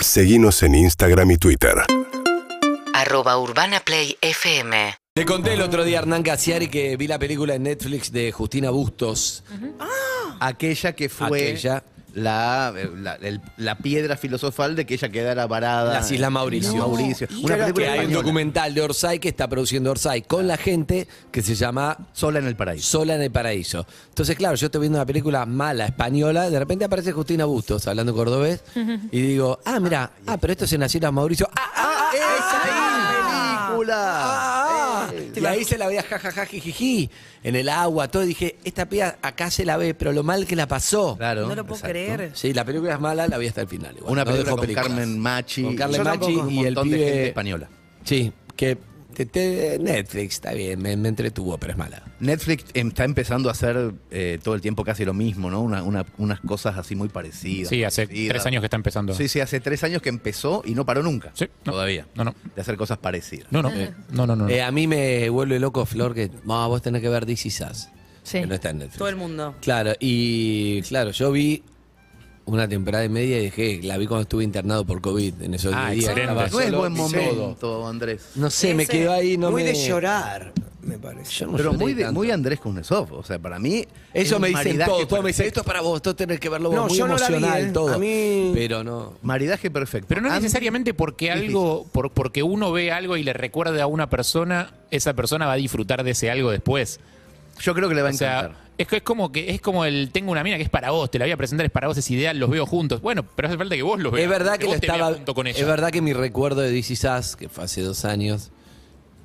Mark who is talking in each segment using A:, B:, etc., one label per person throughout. A: Seguimos en Instagram y Twitter.
B: Arroba Urbana Play FM.
C: Te conté el otro día, Hernán Casiari, que vi la película en Netflix de Justina Bustos.
D: Aquella que fue
C: Aquella.
D: La, la, el- la piedra filosofal de que ella quedara varada.
C: Las Islas Mauricio.
D: Ah, No. Mauricio.
C: Y
D: Una
C: creo
D: película
C: que hay un
D: española.
C: documental de Orsay que está produciendo Orsay con la gente que se llama
D: Sola en el paraíso.
C: Sola en el Paraíso. Entonces, claro, yo estoy viendo una película mala española, de repente aparece Justina Bustos hablando cordobés y digo, ah, mira, ah, pero esto es en las Islas Mauricio. ¡Ah, ah, ah!
D: ¡Esa película!
C: Ah, y ahí se la veía jajaja jijiji en el agua, todo. Y dije, esta piba acá se la ve, pero lo mal que la pasó.
D: Claro.
E: No lo puedo
D: exacto.
E: creer.
C: Sí, la película es mala, la vi hasta el final. igual.
D: Una
C: No
D: película
C: dejó
D: con
C: películas.
D: Carmen Machi.
C: Con Carmen
D: Yo
C: Machi
D: tampoco, un
C: y el
D: montón de
C: pibe-
D: gente española.
C: Sí, que te- te- Netflix está bien, me, me entretuvo, pero es mala.
D: Netflix em, está empezando a hacer eh, todo el tiempo casi lo mismo, ¿no? Una- una- unas cosas así muy parecidas.
F: Sí, hace
D: parecidas.
F: tres años que está empezando.
D: Sí, sí, hace tres años que empezó y no paró nunca.
F: Sí, no.
D: Todavía.
F: No, no.
D: De hacer cosas parecidas.
F: No, no. No, no, no.
D: Ah.
F: no.
C: Eh, a mí me vuelve loco, Flor, que "Ma, vos tenés que ver This Is Us",
E: Sí.
C: que no está en Netflix.
E: Todo el mundo.
C: Claro, y claro, yo vi una temporada y media y dejé, la vi cuando estuve internado por COVID en esos
F: Ah,
C: días.
F: excelente.
C: estaba
D: No es
C: solo
D: buen
C: y todo.
D: momento, Andrés.
C: No sé, me quedó ahí, no
G: Muy
C: me...
G: de llorar, me parece.
C: Yo no
D: Pero
C: lloré
D: muy, de-
C: tanto.
D: muy Andrés Kuznetsov. O sea, para mí. es
C: Eso
D: un
C: me dicen
D: maridaje
C: todos, todos me dicen, esto
D: perfecto.
C: es para vos, esto tenés que verlo vos,
G: No,
C: muy
G: yo no la vi,
C: emocional,
G: ¿eh?
C: todo.
G: A mí-
C: Pero no...
D: Maridaje perfecto.
F: Pero no
D: Antes-
F: necesariamente porque algo, por- porque uno ve algo y le recuerda a una persona, esa persona va a disfrutar de ese algo después.
D: Yo creo que le va a
F: O sea,
D: encantar.
F: es, que- es como que es como el tengo una mina que es para vos, te la voy a presentar, es para vos, es ideal, los veo juntos. Bueno, pero hace falta que vos los veas.
C: Es verdad que
F: vos
C: la
F: te veas
C: estaba.
F: junto con ella.
C: Es verdad que mi recuerdo de DC Sass, que fue hace dos años,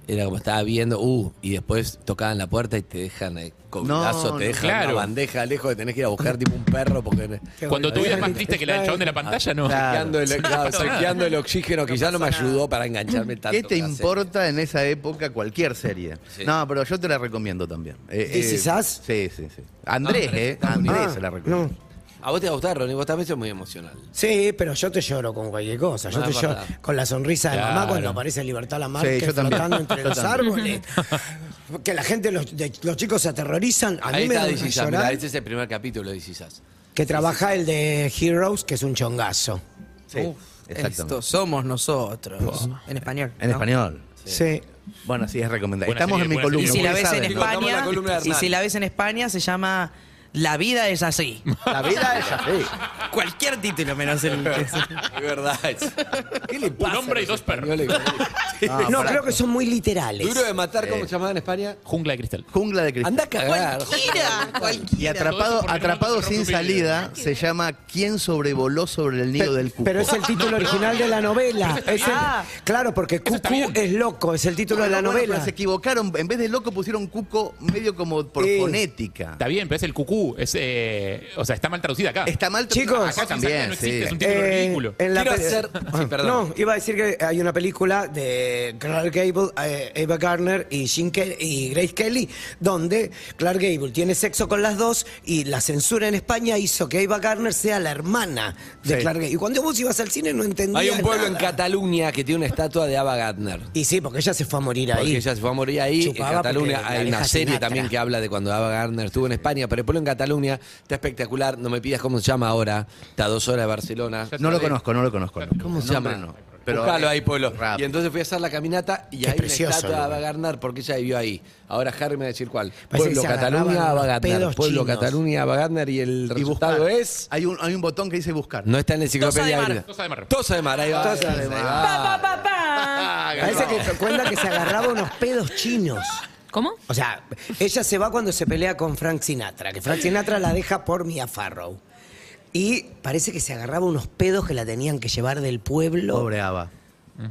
C: era como estaba viendo, uh, y después tocaban la puerta y te dejan el cobijazo,
D: No,
C: te
D: no,
C: dejan
F: claro.
C: una bandeja lejos que tenés que ir a buscar tipo un perro porque.
F: Cuando tu vida es más triste que la del chabón de la pantalla, no.
C: Chequeando el, claro,
F: pasa nada.
C: chequeando el oxígeno que ya no me ayudó para engancharme tanto.
D: ¿Qué te
C: que hace.
D: importa en esa época cualquier serie? No, pero yo te la recomiendo también. Eh,
G: ¿This
D: eh,
G: is us?
D: Sí, sí, sí. Andrés, ¿eh? Andrés se la recomiendo.
C: A vos te va a gustar, Ronnie, vos también sos muy emocional.
G: Sí, pero yo te lloro con cualquier cosa. Yo
C: Ah,
G: te
C: es
G: lloro
C: verdad.
G: con la sonrisa de mamá
F: Claro.
G: cuando aparece en Libertad Lamarque
D: Sí, yo también.
G: flotando entre
D: Yo
G: los árboles. que la gente, los, de- los chicos se aterrorizan. A mí
C: Ahí
G: me
C: está
G: da
C: DC
G: una
C: Sass,
G: llorada.
C: mirá, ese es el primer capítulo de DC Sass.
G: Que trabaja el de Heroes, que es un chongazo.
D: Sí, exactamente.
H: Esto somos nosotros. En español.
D: En
H: ¿no?
D: español.
G: Sí.
D: Bueno, sí, es recomendable.
F: Buena
D: Estamos
F: serie,
D: en mi
F: buena
D: columna.
H: Y
F: serie.
D: ustedes saben.
H: si la ves en
C: Cortamos la
H: España,
C: columna de
H: y
C: Hernán.
H: si la ves en España se llama La vida es así.
D: La vida es así.
H: Cualquier título menos el.
C: Es verdad. ¿Qué le pasa?
F: hombre
C: a
F: y
C: los
F: dos perros.
C: españoles con esto?
D: Ah,
G: no,
D: pará.
G: creo que son muy literales.
C: Duro de matar, ¿cómo
D: Sí.
C: se llamaba en España?
F: Jungla de cristal.
D: Jungla de cristal.
C: Anda a cagar.
H: Cualquiera,
D: Y
H: cualquiera.
D: atrapado,
F: porque no
D: atrapado
F: te
D: sin
F: rompe
D: salida se llama ¿Quién sobrevoló sobre el nido
G: Pe-
D: del cuco?
G: Pero es el título original de la novela. Es el- claro, porque Cucú es loco, es el título de la
D: Bueno,
G: novela.
D: pero se equivocaron. En vez de loco pusieron cuco medio como por
G: Sí.
D: fonética.
F: Está bien, pero es el cucú. Es, eh, o sea, está mal traducida acá.
D: Está mal.
G: Chicos,
D: acá
F: Acá sin salida
D: también,
F: no existe,
D: sí.
F: es un título
G: Eh,
F: ridículo.
G: en la
C: Quiero
G: pe-
C: hacer- Sí, perdón.
G: No, iba a decir que hay una película de Clark Gable, eh, Eva Garner y, Jim Ke- y Grace Kelly, donde Clark Gable tiene sexo con las dos y la censura en España hizo que Eva Garner sea la hermana de
D: Sí.
G: Clark Gable. Y cuando vos ibas al cine no entendías.
C: Hay un pueblo en
G: nada.
C: Cataluña que tiene una estatua de Ava Gardner.
G: Y sí, porque ella se fue a morir
C: Porque
G: ahí.
C: ella se fue a morir ahí.
G: Chupaba
C: en Cataluña
G: porque la
C: hay una
G: deja
C: serie
G: Sinatra.
C: también que habla de cuando Ava Gardner estuvo en España, pero el pueblo en Cataluña está espectacular. No me pidas cómo se llama ahora. Está a dos horas de Barcelona.
D: No lo conozco, no lo conozco. no.
C: ¿Cómo se
D: No,
C: llama?
D: no, no.
C: Buscalo ahí, pueblo. Y
D: Rápido.
C: entonces fui a hacer la caminata y
G: Qué
C: ahí una
G: precioso
C: estatua de Ava
G: lugar.
C: Gardner porque ella vivió ahí. Ahora Harry me va a decir cuál.
G: que
C: pueblo
G: se
C: Cataluña,
G: agarraban
C: Ava
G: unos
C: Gardner.
G: pedos
C: Pueblo
G: chinos.
C: Cataluña, Ava Gardner y el
D: Y
C: resultado
D: buscar.
C: es...
D: Hay un, hay un botón que dice buscar.
C: No está en la enciclopedia.
H: Tosa de mar.
C: Abril.
F: Tosa de mar.
C: Tosa de mar, ahí va.
G: Tosa de
C: Ahí
G: mar.
C: va.
G: Parece que cuenta que se agarraba unos pedos chinos.
E: ¿Cómo?
G: O sea, ella se va cuando se pelea con Frank Sinatra, que Frank Sinatra la deja por Mia Farrow. Y parece que se agarraba unos pedos que la tenían que llevar del pueblo.
D: Pobre Ava.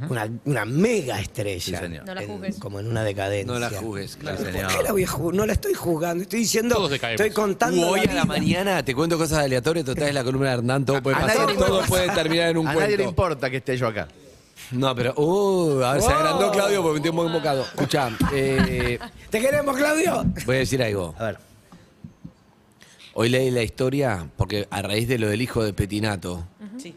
G: Una, una mega estrella.
D: Sí, señor.
E: No la
G: En-
E: juzgues.
G: como en una decadencia.
C: No la jugues, claro.
D: Sí, señor.
G: ¿Por qué la voy a ju- No la estoy jugando, estoy diciendo,
F: Todos decaemos.
G: estoy contando.
C: Uh, hoy
G: la
C: a la
G: vida.
C: mañana te cuento cosas aleatorias, total es la columna de Hernán, todo puede
D: a nadie
C: pasar,
D: le
C: todo
D: importa.
C: puede terminar en un
D: A nadie le
C: cuento.
D: importa que esté yo acá.
C: No, pero, uh, a ver, se
G: Oh.
C: agrandó Claudio porque me tiene muy invocado. Escuchá, eh,
G: ¿Te queremos, Claudio?
C: voy a decir algo.
D: A ver.
C: Hoy leí la historia, porque a raíz de lo del hijo de Petinato,
E: Sí.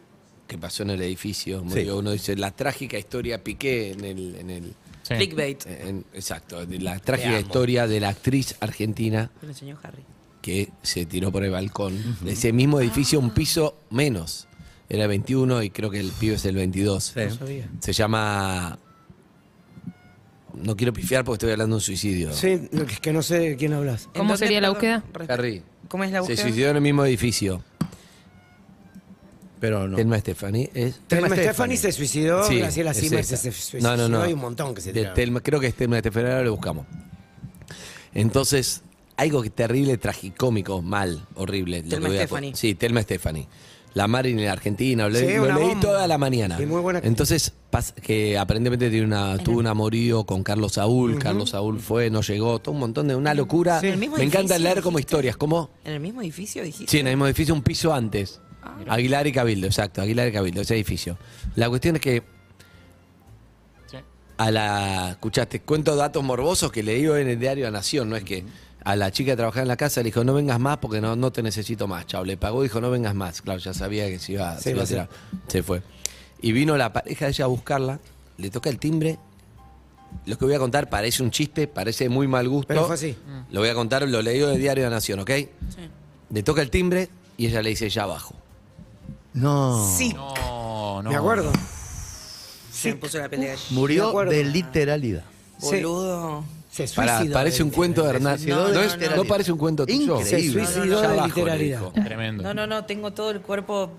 C: que pasó en el edificio, murió, uno dice, la trágica historia Piqué en el... En el
F: Sí.
H: Clickbait.
C: en- exacto, de la trágica
G: amo.
C: historia de la actriz argentina
E: Me lo enseñó Harry.
C: que se tiró por el balcón de ese mismo edificio, un piso menos. Era 21 y creo que el pibe es el 22. Se llama... No quiero pifiar porque estoy hablando de un suicidio.
G: Sí, no, es que no sé de quién hablas.
E: ¿Cómo
H: Entonces,
E: sería la
H: perdón,
E: búsqueda?
H: respe-
C: Harry.
H: ¿Cómo es la
C: Se
H: búsqueda?
C: suicidó en el mismo edificio.
D: Pero no.
C: Telma Stephanie es...
G: Telma Stephanie se suicidó,
C: Sí,
G: Graciela
C: es
G: Zimmer
C: esa.
G: se suicidó.
C: No, no, no.
G: Hay un montón que se
C: De
G: tiraron.
C: Telma- creo que es Telma Stephanie, ahora lo buscamos. Entonces, algo que terrible, tragicómico, mal, horrible. lo que
H: Telma
C: voy a po-
H: Stephanie.
C: Sí, Telma Stephanie. La Marin en la Argentina, lo,
G: Sí,
C: lo
G: una
C: leí
G: bomba.
C: toda la mañana.
G: Y muy buena actriz.
C: Entonces, pas- que aparentemente tiene una, tuvo un amorío con Carlos Saúl, Carlos Saúl fue, no llegó, todo un montón de una locura.
H: Sí. En el mismo
C: Me encanta
H: edificio,
C: leer como
H: dijiste.
C: historias, como
H: ¿En el mismo edificio dijiste?
C: Sí, en el mismo edificio, un piso antes. Aguilar y Cabildo, exacto, Aguilar y Cabildo, ese edificio. La cuestión es que.
F: Sí.
C: A la. Escuchaste, cuento datos morbosos que leí hoy en el diario La Nación, no es que. A la chica que trabajaba en la casa le dijo, no vengas más porque no, no te necesito más. Chao, le pagó, dijo, no vengas más. Claro, ya sabía que se iba, se iba a tirar. Se fue. Y vino la pareja de ella a buscarla, le toca el timbre. Lo que voy a contar parece un chiste, parece muy mal gusto.
G: Pero fue así.
H: Mm.
C: Lo voy a contar, lo leí en el diario La Nación, ¿ok? Le toca el timbre y ella le dice, ya abajo.
D: No.
G: Sí,
F: No, no.
G: me acuerdo.
H: Se me puso la pelea.
G: Me
D: Murió
G: acuerdo.
D: de literalidad.
G: Sí.
H: Boludo.
G: Se
C: Pará,
G: suicidó.
C: parece un
G: de-
C: cuento de Hernán.
D: suicidó
C: No,
D: de
C: no es-
D: literalidad.
C: no parece un cuento tuyo.
D: Increíble.
G: Se suicidó
C: Ya
G: de
C: abajo, le
G: literalidad.
C: dijo.
F: Tremendo.
H: No, no, no, tengo todo el cuerpo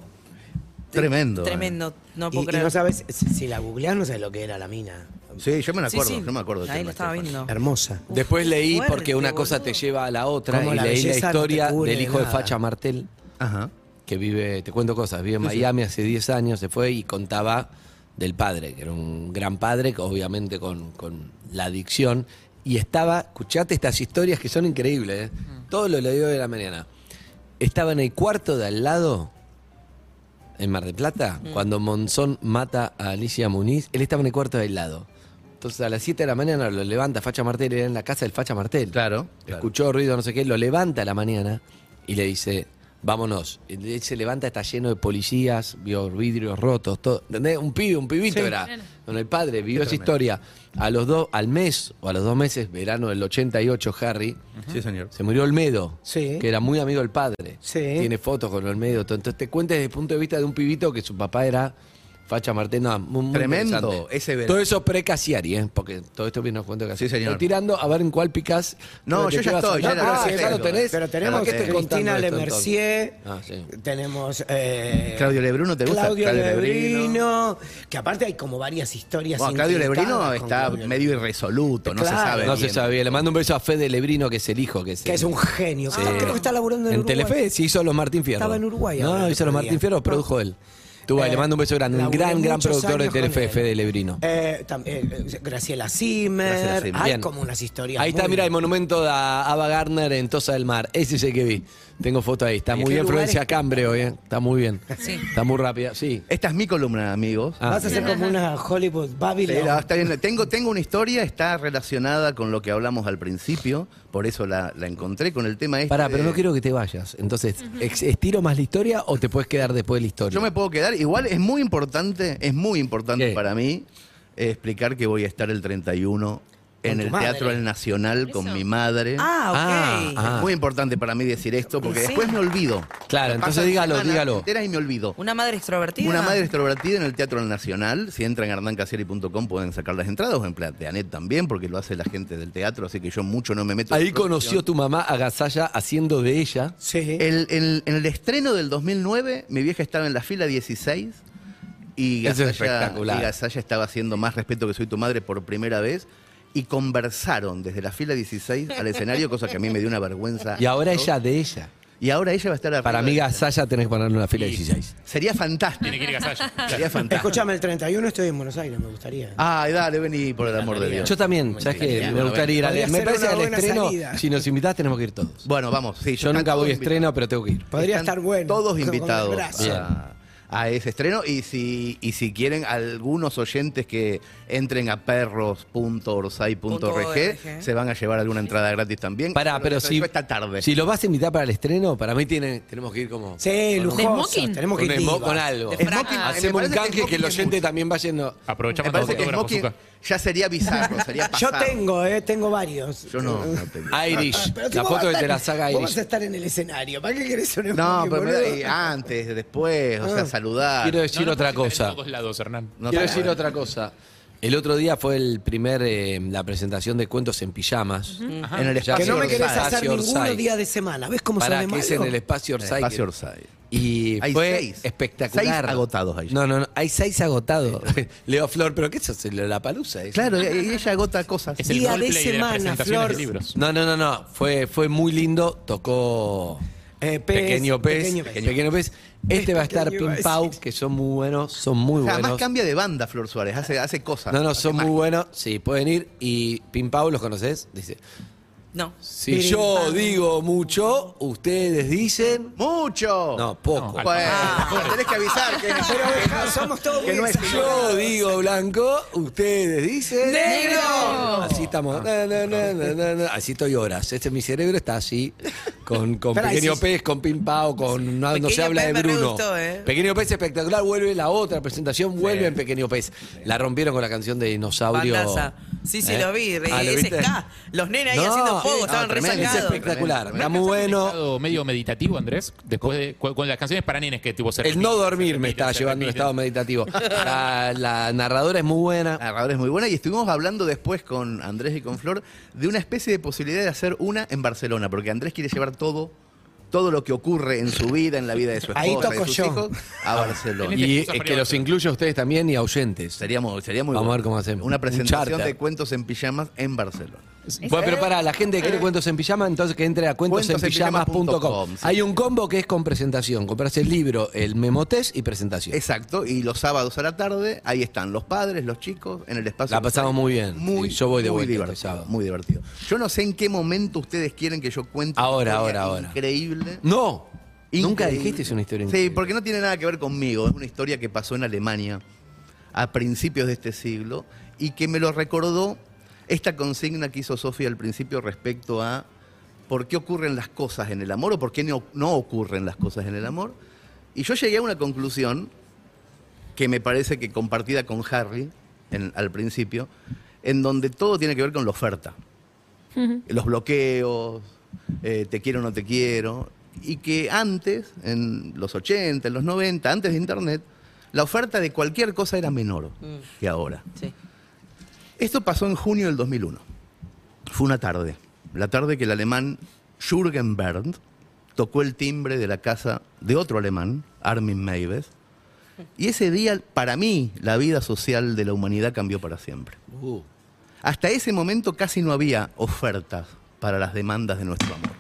D: Tremendo. eh.
H: tremendo. No
G: Y,
H: puedo
G: y
H: creer.
G: no sabes, si si la googleás no sabes lo que era la mina.
D: eh. Sí, yo me la
H: Sí,
D: acuerdo,
H: sí.
D: yo me acuerdo. de
H: Ahí
D: Telma
H: lo estaba
D: Estefan.
H: viendo.
G: Hermosa.
C: Después leí,
H: fuerte,
C: porque una cosa
H: boludo.
C: te lleva a la otra,
G: Cómo
C: y
G: la
C: leí la
G: belleza no te
C: historia
G: cubre
C: del
G: de
C: hijo de
G: nada.
C: Facha Martel,
D: Ajá.
C: que vive, te cuento cosas, vive en Miami hace 10 años, se fue y contaba del padre, que era un gran padre, que obviamente con, con la adicción, y estaba, escuchate estas historias que son increíbles, ¿eh? todo lo leí hoy de la mañana. Estaba en el cuarto de al lado, en Mar del Plata, cuando Monzón mata a Alicia Muniz, él estaba en el cuarto de al lado. Entonces a las 7 de la mañana lo levanta Facha Martel, era en la casa del Facha Martel.
D: Claro, claro.
C: Escuchó ruido, no sé qué, lo levanta a la mañana y le dice, vámonos. Él se levanta, está lleno de policías, vio vidrios rotos, todo. ¿Entendés? Un pibe, un pibito era. Con el padre, vivió esa historia. A los dos, al mes o a los dos meses, verano del 88, Harry,
D: Sí, señor.
C: se murió Olmedo,
G: Sí.
C: que era muy amigo del padre.
G: Sí.
C: Tiene fotos con Olmedo. todo. Entonces te cuenta desde el punto de vista de un pibito que su papá era Facha Martín. No, muy, muy
D: Tremendo,
C: interesante.
D: ese verano.
C: Todo eso pre-Casiari, ¿eh? porque todo esto viene a cuento de Casiari.
D: Sí, señor.
C: Estoy tirando a ver en cuál picás.
D: No,
C: Porque
D: yo ya
C: te vas
D: estoy,
C: a-
D: ya
C: No,
D: lo
C: ah,
D: sé,
C: ya lo
D: lo
C: tenés.
G: Pero
C: ¿Para
G: tenemos
C: qué estoy
G: Cristina
C: contando
G: Le
C: esto, entonces?
G: Mercier,
C: Ah, sí.
G: tenemos... eh,
D: Claudio Lebruno, ¿te gusta?
G: Claudio,
D: Claudio
G: Lebrino.
D: Lebrino.
G: Que aparte hay como varias historias
D: Bueno, Claudio
G: intrincadas
D: Lebrino
G: con
D: está
G: Claudio
D: medio irresoluto, no se
G: Claro.
D: sabe.
C: No
D: bien.
C: se sabía. Le mando un beso a Fede Lebrino, que es el hijo. Que es,
G: Que
C: el-
G: es un genio. Ah, creo que está laburando en,
C: En
G: Uruguay.
C: Telefe, sí, hizo los Martín Fierro.
G: Estaba en Uruguay
C: No,
G: ahora, el
C: hizo
G: otro
C: los
G: día. Eh,
C: Martín Fierro, produjo él. Tú, ahí, le mando un beso grande. Un
G: Laburé
C: gran, gran
G: muchos
C: productor de
G: años con
C: Telefe,
G: él.
C: Fede Lebrino.
G: Eh, tam- eh, Graciela Zimmer.
D: Graciela Zimmer.
G: Hay
C: Bien.
G: como unas historias.
C: Ahí está,
G: muy-
C: mira el monumento de Ava Gardner en Tosa del Mar. Ese es el que vi. Tengo foto ahí. Está muy
G: qué
C: bien,
G: lugar
C: Florencia
G: es-
C: Cambre hoy, ¿eh? Está muy bien. Está muy rápida, sí.
D: Esta es mi columna, amigos.
C: Ah,
G: Vas a hacer como una Hollywood Babylon.
D: Sí, la- está bien. Tengo, tengo una historia, está relacionada con lo que hablamos al principio, por eso la, la encontré con el tema este.
C: Pará, pero
D: de-
C: no quiero que te vayas. Entonces, ex- ¿estiro más la historia o te puedes quedar después de la historia?
D: Yo me puedo quedar. Igual es muy importante, es muy importante
C: ¿Qué?
D: para mí eh, explicar que voy a estar el 31 en
G: tu
D: el
G: madre.
D: Teatro del Nacional con mi madre.
H: Ah, ok.
C: Ah,
D: Es muy importante para mí decir esto porque
H: Sí.
D: después me olvido.
C: Claro,
D: Me
C: entonces
D: pasan
C: dígalo,
D: semanas
C: dígalo.
D: enteras y me olvido.
H: Una madre extrovertida.
D: Una madre extrovertida en el Teatro Nacional. Si entran a hernancasieri.com pueden sacar las entradas o en Plateanet también, porque lo hace la gente del teatro, así que yo mucho no me meto. en
C: Ahí
D: producción.
C: conoció tu mamá a Gazaya haciendo de ella.
G: Sí.
D: El- el- en el estreno del 2009, mi vieja estaba en la fila 16 y
C: Eso es
D: Gasalla,
C: espectacular.
D: y Gasalla estaba haciendo más respeto que soy tu madre por primera vez. Y conversaron desde la fila 16 al escenario, cosa que a mí me dio una vergüenza.
C: Y ahora ella de ella.
D: Y ahora ella va a estar arriba
C: Para mí,
D: del
C: Gazaya tenés que ponerle una fila de 16.
D: escenario. Sería fantástico.
F: Tiene que ir a Casalla.
D: Sería fantástico.
G: Escuchame, el 31 estoy en Buenos Aires, me gustaría.
D: Ay, dale, vení, por el amor de Dios.
C: Yo también, ¿sabes que
D: Bueno,
C: Me gustaría ir
G: podría
C: al Me
G: ser
C: parece
G: una
C: al
G: buena
C: estreno,
G: salida.
C: si nos invitás, tenemos que ir todos.
D: Bueno, vamos. Sí,
C: Yo nunca
D: están
C: voy a
D: todos
C: estreno, pero tengo que ir.
G: Podría
D: Están
G: estar bueno.
D: Todos
G: con- con
D: invitados
G: el brazo.
D: a, a ese estreno. Y si, y si quieren algunos oyentes que entren a perros.orsay.org,
H: .org,
D: se van a llevar alguna entrada gratis también.
C: Pará,
D: Lo
C: pero
D: que
C: si,
D: yo Esta tarde.
C: si lo vas a invitar para el estreno, para mí tiene, tenemos que ir como...
G: Sí, lujosos.
E: smoking?
G: Tenemos que ir
C: con, esmo-
G: divas.
C: con algo.
D: De frac. Smoking, me
C: Hacemos
D: parece
C: un
D: que
C: canje que,
D: smoking
C: el
D: es
C: oyente
D: mucho.
C: también va yendo.
D: me
F: Aprovechamos
D: parece que
F: autógrafo,
D: Smoking ya sería bizarro, sería
G: Yo
D: pasado.
G: tengo, eh, tengo varios. Ah,
D: Yo no. no tengo.
C: Ah, Irish.
G: Pero si
C: la
G: vos
C: foto
G: vas
C: que
G: a
C: te la
G: estar-
C: saca
G: vos vas
C: Irish.
G: a estar en el escenario. ¿Para qué querés un
D: No,
G: smoking,
D: pero me eh, ah,
G: boludo?
D: da- y antes, después, o sea,
G: Ah.
D: saludar.
C: Quiero decir
F: No, no
C: otra
F: puedes estar En
C: cosa.
F: todos lados, Hernán.
D: No
C: Quiero
D: te-
C: decir otra cosa. El otro día fue el primer, eh, la presentación de cuentos en pijamas.
D: En el espacio
G: Que no me
D: Orsay.
G: querés hacer
C: Espacio
G: ninguno
C: Orsay.
G: día de semana. ¿Ves cómo
C: Para
G: sale
C: que
G: mal?
C: es en el espacio
D: En el
C: Orsay.
D: Eh, espacio Orsay.
C: Y
D: Hay
C: fue
D: seis.
C: espectacular.
D: Seis agotados hay.
C: No, no, no. Hay seis agotados. Leo Flor, ¿pero qué es eso? La palusa. es?
D: Claro, y y ella agota cosas.
F: Es el
G: Día de
F: Coldplay de
G: semana,
F: presentaciones
G: Flor.
F: de libros.
C: No, no, no, no. Fue, fue muy lindo. Tocó
G: Eh, pez,
C: Pequeño Pez.
G: Pequeño
C: Pequeño
G: Pez.
C: Pez. Este va a estar
G: Pequeño iba a
C: Pim Pau,
G: decir.
C: que son muy buenos. Son muy
D: O sea,
C: buenos.
D: además cambia de banda Flor Suárez, hace, hace cosas.
C: No, no,
D: hace
C: son
D: más.
C: muy buenos. Sí, pueden ir. Y Pim Pau, ¿los conoces? Dice,
H: No.
C: si yo digo mucho, ustedes dicen...
D: ¡Mucho!
C: No, poco.
F: No, al-
D: Bueno,
H: Ah.
D: bueno, tenés que avisar que,
G: Pero ja, somos todos
D: que no
G: muy
D: es
C: Yo digo blanco, ustedes dicen...
H: ¡Negro! Ah.
C: Así estamos. Na, na, na, na, na, na. Así estoy horas. Este mi cerebro está así, con, con
G: Pará,
C: Pequeño
G: sí.
C: Pez, con Pim Pau, con... No, no
H: Pequeño
C: se habla
H: Pez
C: de
H: me re
C: Bruno.
H: gustó, eh.
C: Pequeño Pez espectacular, vuelve la otra presentación, vuelve en Pequeño Pez. La rompieron con la canción de Dinosaurio.
H: Bandaza. Sí, sí,
C: ¿Eh?
H: lo vi. re-
C: Ah, ¿lo
H: SK.
C: viste?
H: Los nenes ahí haciendo
D: eh,
H: fuego, estaban re
C: Ah, tremendo, Es
H: sacados.
C: espectacular,
D: Tremendo,
C: está muy bueno.
F: Estado medio meditativo, Andrés, después de, cu- con las canciones para nenes que tipo se
C: El no
F: repiten,
C: dormir
F: se
C: me
F: repiten,
C: está
F: se
C: llevando a un
F: repiten.
C: estado meditativo. La, la narradora es muy
D: La
C: buena.
D: narradora es muy buena y estuvimos hablando después con Andrés y con Flor de una especie de posibilidad de hacer una en Barcelona, porque Andrés quiere llevar todo, todo lo que ocurre en su vida, en la vida de su esposa,
G: Ahí toco
D: de sus
G: yo.
D: hijos, a Barcelona.
F: Tenés
C: Y
F: excusa
C: es
F: para
C: que
F: ir a
C: los
F: Barcelona.
C: incluye a ustedes también y a oyentes.
D: Sería muy, sería muy
C: Vamos a
D: bueno.
C: ver cómo hacemos.
D: Una
C: Un
D: presentación
C: charter.
D: de cuentos en pijamas en Barcelona.
C: Bueno,
F: ¿Eh?
C: pero para la gente que quiere cuentos en pijama, entonces que entre a cuentosenpijamas.com.
D: Cuentosenpijamas.com, sí.
C: Hay un combo que es con presentación. Compras el libro, el memotés y presentación.
D: Exacto, y los sábados a la tarde, ahí están los padres, los chicos, en el espacio.
C: La pasamos muy bien.
D: Muy,
C: Sí, yo voy de
D: muy
C: vuelta este
D: divertido,
C: sábado.
D: Muy divertido. Yo no sé en qué momento ustedes quieren que yo cuente. una
C: Ahora,
D: historia
C: ahora, ahora.
D: Increíble.
C: No, nunca
D: Increíble.
C: dijiste es una historia
D: Sí,
C: increíble.
D: porque no tiene nada que ver conmigo. Es una historia que pasó en Alemania a principios de este siglo y que me lo recordó esta consigna que hizo Sofía al principio respecto a por qué ocurren las cosas en el amor o por qué no, no ocurren las cosas en el amor. Y yo llegué a una conclusión que me parece que compartida con Harry en- al principio, en donde todo tiene que ver con la oferta. Los bloqueos, eh, te quiero o no te quiero. Y que antes, en los 80, en los 90, antes de Internet, la oferta de cualquier cosa era menor que ahora.
H: Sí.
D: Esto pasó en junio del 2001. Fue una tarde. La tarde que el alemán Jürgen Bernd tocó el timbre de la casa de otro alemán, Armin Meiwes. Y ese día, para mí, la vida social de la humanidad cambió para siempre.
C: Uh,
D: Hasta ese momento casi no había ofertas para las demandas de nuestro amor.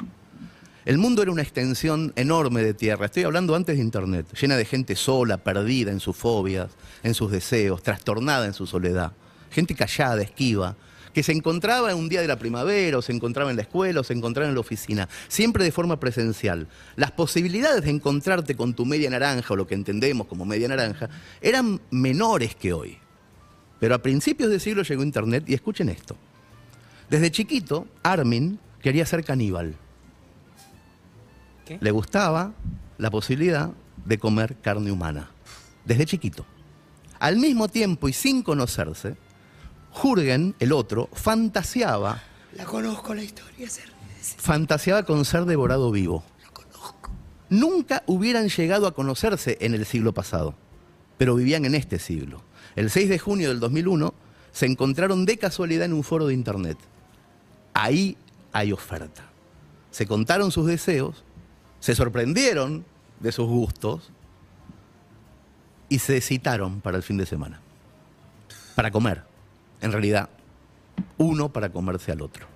D: El mundo era una extensión enorme de tierra, estoy hablando antes de Internet, llena de gente sola, perdida en sus fobias, en sus deseos, trastornada en su soledad, gente callada, esquiva, que se encontraba en un día de la primavera, o se encontraba en la escuela, o se encontraba en la oficina, siempre de forma presencial. Las posibilidades de encontrarte con tu media naranja, o lo que entendemos como media naranja, eran menores que hoy. Pero a principios de siglo llegó Internet y escuchen esto. Desde chiquito, Armin quería ser caníbal.
H: ¿Qué?
D: Le gustaba la posibilidad de comer carne humana. Desde chiquito. Al mismo tiempo y sin conocerse, Jürgen, el otro, fantaseaba,
G: La conozco la historia, ser.
D: fantaseaba con ser devorado vivo. Nunca hubieran llegado a conocerse en el siglo pasado, pero vivían en este siglo. El 6 de junio del 2001 se encontraron de casualidad en un foro de internet. Ahí hay oferta. Se contaron sus deseos, se sorprendieron de sus gustos y se citaron para el fin de semana. Para comer. En realidad, uno para comerse al otro.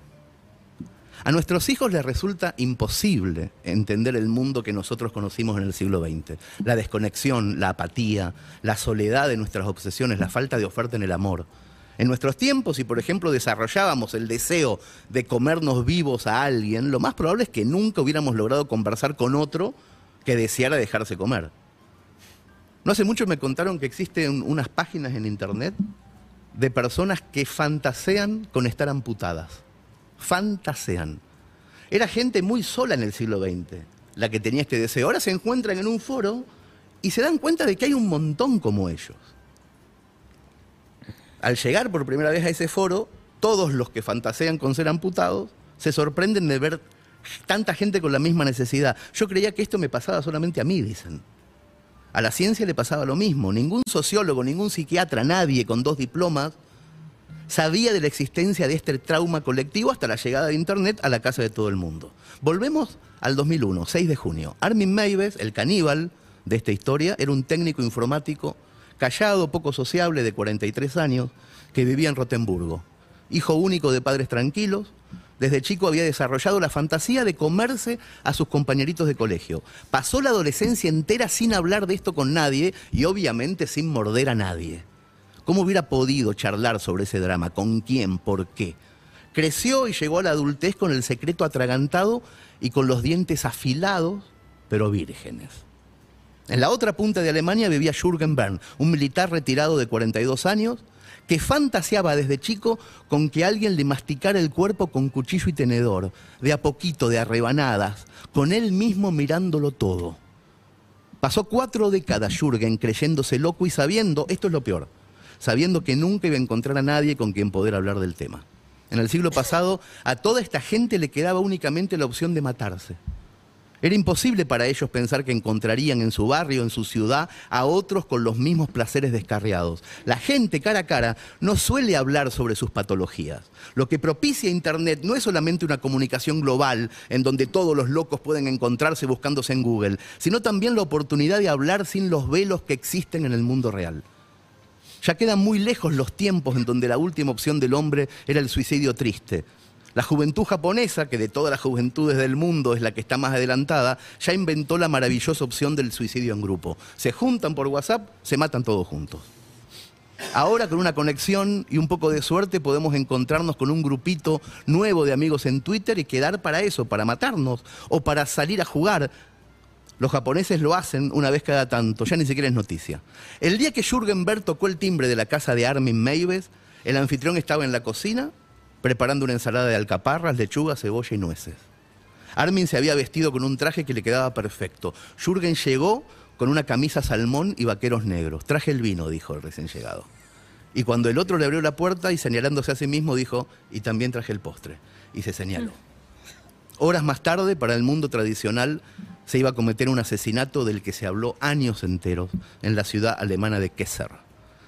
D: A nuestros hijos les resulta imposible entender el mundo que nosotros conocimos en el siglo XX. La desconexión, la apatía, la soledad de nuestras obsesiones, la falta de oferta en el amor. En nuestros tiempos, si por ejemplo desarrollábamos el deseo de comernos vivos a alguien, lo más probable es que nunca hubiéramos logrado conversar con otro que deseara dejarse comer. No hace mucho me contaron que existen unas páginas en internet de personas que fantasean con estar amputadas fantasean. Era gente muy sola en el siglo XX la que tenía este deseo. Ahora se encuentran en un foro y se dan cuenta de que hay un montón como ellos. Al llegar por primera vez a ese foro, todos los que fantasean con ser amputados se sorprenden de ver tanta gente con la misma necesidad. Yo creía que esto me pasaba solamente a mí, dicen. A la ciencia le pasaba lo mismo. Ningún sociólogo, ningún psiquiatra, nadie con dos diplomas sabía de la existencia de este trauma colectivo hasta la llegada de Internet a la casa de todo el mundo. Volvemos al 2001, 6 de junio. Armin Meives, el caníbal de esta historia, era un técnico informático callado, poco sociable, de 43 años, que vivía en Rotemburgo. Hijo único de padres tranquilos, desde chico había desarrollado la fantasía de comerse a sus compañeritos de colegio. Pasó la adolescencia entera sin hablar de esto con nadie y obviamente sin morder a nadie. ¿Cómo hubiera podido charlar sobre ese drama? ¿Con quién? ¿Por qué? Creció y llegó a la adultez con el secreto atragantado y con los dientes afilados, pero vírgenes. En la otra punta de Alemania vivía Jürgen Bern, un militar retirado de 42 años que fantaseaba desde chico con que alguien le masticara el cuerpo con cuchillo y tenedor, de a poquito, de a rebanadas, con él mismo mirándolo todo. Pasó cuatro décadas Jürgen creyéndose loco y sabiendo, esto es lo peor, sabiendo que nunca iba a encontrar a nadie con quien poder hablar del tema. En el siglo pasado, a toda esta gente le quedaba únicamente la opción de matarse. Era imposible para ellos pensar que encontrarían en su barrio, en su ciudad, a otros con los mismos placeres descarriados. La gente cara a cara no suele hablar sobre sus patologías. Lo que propicia Internet no es solamente una comunicación global en donde todos los locos pueden encontrarse buscándose en Google, sino también la oportunidad de hablar sin los velos que existen en el mundo real. Ya quedan muy lejos los tiempos en donde la última opción del hombre era el suicidio triste. La juventud japonesa, que de todas las juventudes del mundo es la que está más adelantada, ya inventó la maravillosa opción del suicidio en grupo. Se juntan por WhatsApp, se matan todos juntos. Ahora con una conexión y un poco de suerte podemos encontrarnos con un grupito nuevo de amigos en Twitter y quedar para eso, para matarnos o para salir a jugar, los japoneses lo hacen una vez cada tanto, ya ni siquiera es noticia. El día que Jürgen Bert tocó el timbre de la casa de Armin Meives, el anfitrión estaba en la cocina preparando una ensalada de alcaparras, lechuga, cebolla y nueces. Armin se había vestido con un traje que le quedaba perfecto. Jürgen llegó con una camisa salmón y vaqueros negros. Traje el vino, dijo el recién llegado. Y cuando el otro le abrió la puerta y señalándose a sí mismo dijo, y también traje el postre. Y se señaló. Horas más tarde, para el mundo tradicional, se iba a cometer un asesinato del que se habló años enteros en la ciudad alemana de Kesser.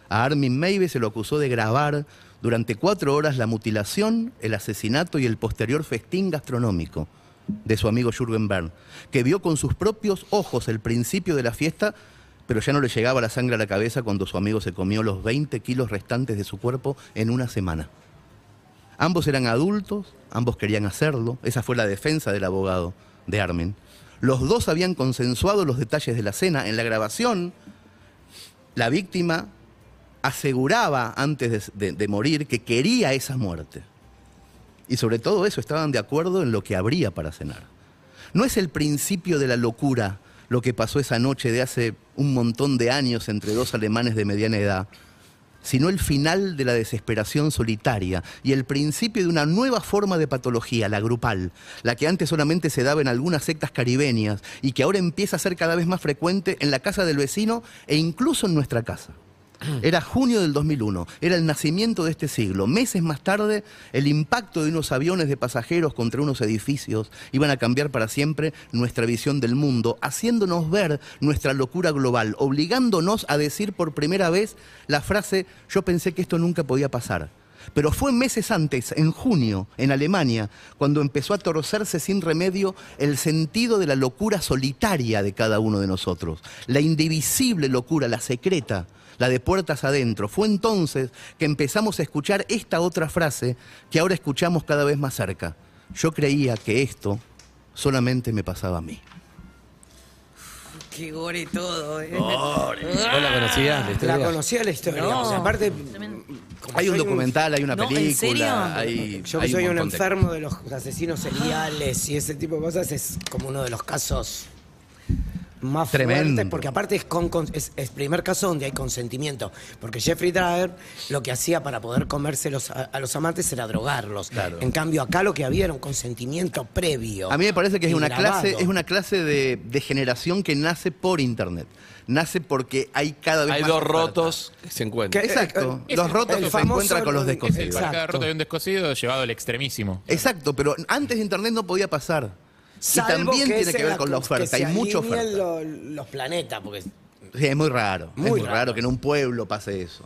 D: A Armin Meibe se lo acusó de grabar durante cuatro horas la mutilación, el asesinato y el posterior festín gastronómico de su amigo Jürgen Bern, que vio con sus propios ojos el principio de la fiesta, pero ya no le llegaba la sangre a la cabeza cuando su amigo se comió los 20 kilos restantes de su cuerpo en una semana. Ambos eran adultos, ambos querían hacerlo, esa fue la defensa del abogado de Armin. Los dos habían consensuado los detalles de la cena. En la grabación, la víctima aseguraba antes de, de- de morir que quería esa muerte. Y sobre todo eso, estaban de acuerdo en lo que habría para cenar. No es el principio de la locura lo que pasó esa noche de hace un montón de años entre dos alemanes de mediana edad, sino el final de la desesperación solitaria y el principio de una nueva forma de patología, la grupal, la que antes solamente se daba en algunas sectas caribeñas y que ahora empieza a ser cada vez más frecuente en la casa del vecino e incluso en nuestra casa. Era junio del 2001, era el nacimiento de este siglo. Meses más tarde, el impacto de unos aviones de pasajeros contra unos edificios iban a cambiar para siempre nuestra visión del mundo, haciéndonos ver nuestra locura global, obligándonos a decir por primera vez la frase yo pensé que esto nunca podía pasar. Pero fue meses antes, en junio, en Alemania, cuando empezó a torcerse sin remedio el sentido de la locura solitaria de cada uno de nosotros, la indivisible locura, la secreta, la de puertas adentro. Fue entonces que empezamos a escuchar esta otra frase que ahora escuchamos cada vez más cerca. Yo creía que esto solamente me pasaba a mí.
H: Qué gore todo. eh.
C: ¿Vos la conocías? la
G: La
C: historia?
G: conocía la historia.
H: No.
G: o sea, aparte, como
D: Hay un
G: soy
D: documental, hay una
H: No, ¿en serio?
D: película, hay...
G: Yo que
D: hay
G: soy un,
D: montón de-
G: enfermo de los asesinos seriales y ese tipo de cosas es como uno de los casos más
D: Tremendo.
G: fuertes, porque aparte es, con, con- es, es primer caso donde hay consentimiento, porque Jeffrey Dahmer lo que hacía para poder comerse los- a, a los amantes era drogarlos.
D: Claro.
G: En cambio acá lo que había era un consentimiento previo.
D: A mí me parece que es
G: y
D: una
G: grabado.
D: clase, es una clase de, de generación que nace por internet. Nace porque hay cada vez
C: Hay
D: más
C: dos
D: oferta.
C: rotos que se encuentran.
G: Que-
D: Exacto.
G: eh, eh,
D: los rotos
G: el
D: que se
G: famoso-
D: encuentran con los
F: Es el
D: descosidos.
F: para cada
G: Exacto.
F: roto de un descosido llevado al extremísimo.
D: Exacto, pero antes de internet no podía pasar. y
G: Salvo
D: también tiene
G: se
D: que ver con la
G: acu-
D: oferta,
G: se
D: hay mucha
G: alinean
D: oferta.
G: lo- los planetas, porque
D: Sí, es muy raro.
G: Muy
D: es muy
G: raro.
D: raro. que en un pueblo pase eso.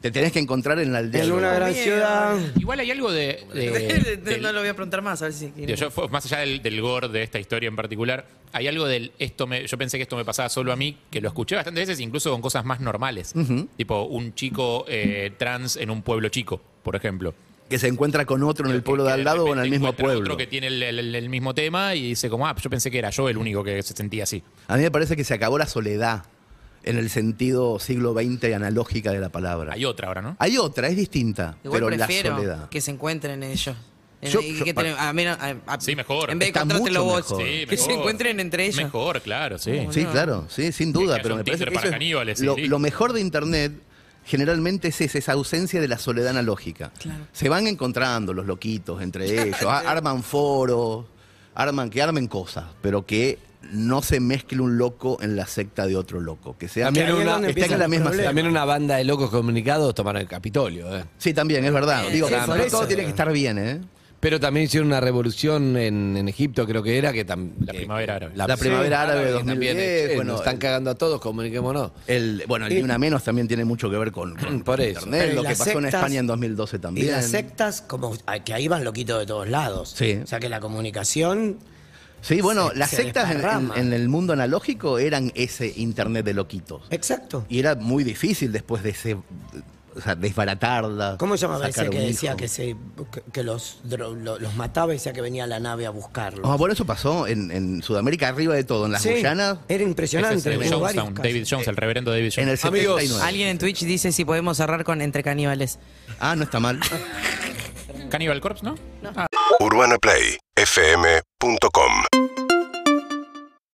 D: Te tenés que encontrar en la aldea.
G: En
D: del
G: una
D: lugar.
G: gran ciudad.
F: Igual hay algo de. de- del-
H: no lo voy a preguntar más, a ver si
F: digo, yo, fue- más allá del, del gore de esta historia en particular, hay algo del. esto me, Yo pensé que esto me pasaba solo a mí, que lo escuché bastantes veces, incluso con cosas más normales. Tipo un chico eh, trans en un pueblo chico, por ejemplo.
D: Que se encuentra con otro en el
F: Que-
D: pueblo
F: que
D: de al lado o en
F: repente
D: el mismo
F: encuentra
D: pueblo.
F: Otro que tiene el, el- el mismo tema y dice, como, ah, yo pensé que era yo el único que se sentía así.
D: A mí me parece que se acabó la soledad en el sentido siglo XX analógica de la palabra.
F: Hay otra ahora, ¿no?
D: Hay otra, es distinta,
H: Igual
D: pero la
H: prefiero
D: soledad.
H: que se encuentren ellos. En-
D: Yo-
H: y
D: yo-
H: que
D: para-
H: tenemos- a menos- a- a-
F: Sí, mejor.
H: En vez de
D: Está
H: encontrártelo
D: mucho
H: vos,
D: mejor.
H: que
F: Sí,
H: se
F: mejor.
H: encuentren entre ellos.
F: Mejor, claro, sí.
H: Como
D: Sí,
H: no.
D: claro, sí, sin
F: Que
D: duda,
F: haya
D: pero
F: un
D: me parece
F: Tinder
D: que eso
F: para
D: es-
F: caníbales, sí,
D: lo,
F: listo.
D: lo mejor de Internet generalmente es esa, esa ausencia de la soledad analógica.
H: Claro.
D: Se van encontrando los loquitos entre ellos, a- arman foros, arman, que armen cosas, pero que no se mezcle un loco en la secta de otro loco, que sea
C: También
D: que
C: una-
D: estén
G: empiezan
D: en la
G: los
D: misma
G: problemas.
D: secta.
C: También una banda de locos comunicados tomaron el Capitolio. eh.
D: Sí, también, es verdad.
H: Sí,
D: Digo,
H: sí,
D: pero
G: por eso.
D: todo tiene que estar bien, ¿eh?
C: Pero también hicieron una revolución en, en Egipto, creo que era, que también...
F: La primavera árabe.
D: La primavera árabe de
C: también,
D: 2010,
C: che, eh,
D: bueno, eh.
C: nos están cagando a todos, comuniquémonos.
D: El, bueno, el
G: Y-
D: Ni Una Menos también tiene mucho que ver con, con-
C: Por
D: con
C: eso.
D: Internet,
G: Eh, Pero y
D: lo que
G: las
D: pasó en
G: sectas-
D: España en 2012 también.
G: Y las sectas, como ah, que ahí van loquitos de todos lados.
D: Sí.
G: O sea que la comunicación.
D: Sí, bueno,
G: Se-
D: las
G: se
D: sectas en, en-
G: desparrama.
D: en el mundo analógico eran ese internet de loquitos.
G: Exacto.
D: Y era muy difícil después de ese. O sea, desbaratarla.
G: ¿Cómo se llamaba
D: sacar
G: ese que
D: un
G: decía
D: hijo.
G: que, se, que, que los, dro- lo- los mataba y decía que venía la nave a buscarlos?
D: Ah, bueno, eso pasó en, en Sudamérica, arriba de todo, en las
G: Sí,
D: Guyanas,
G: Era impresionante.
F: Ese es el
G: hubo varios
F: Jonestown,
G: casos.
F: David Jones, el reverendo David Jones.
D: en el 79.
H: Alguien en Twitch dice si podemos cerrar con Entre Caníbales.
D: Ah, no está mal.
F: Cannibal Corpse, ¿no?
A: UrbanaPlayFM.com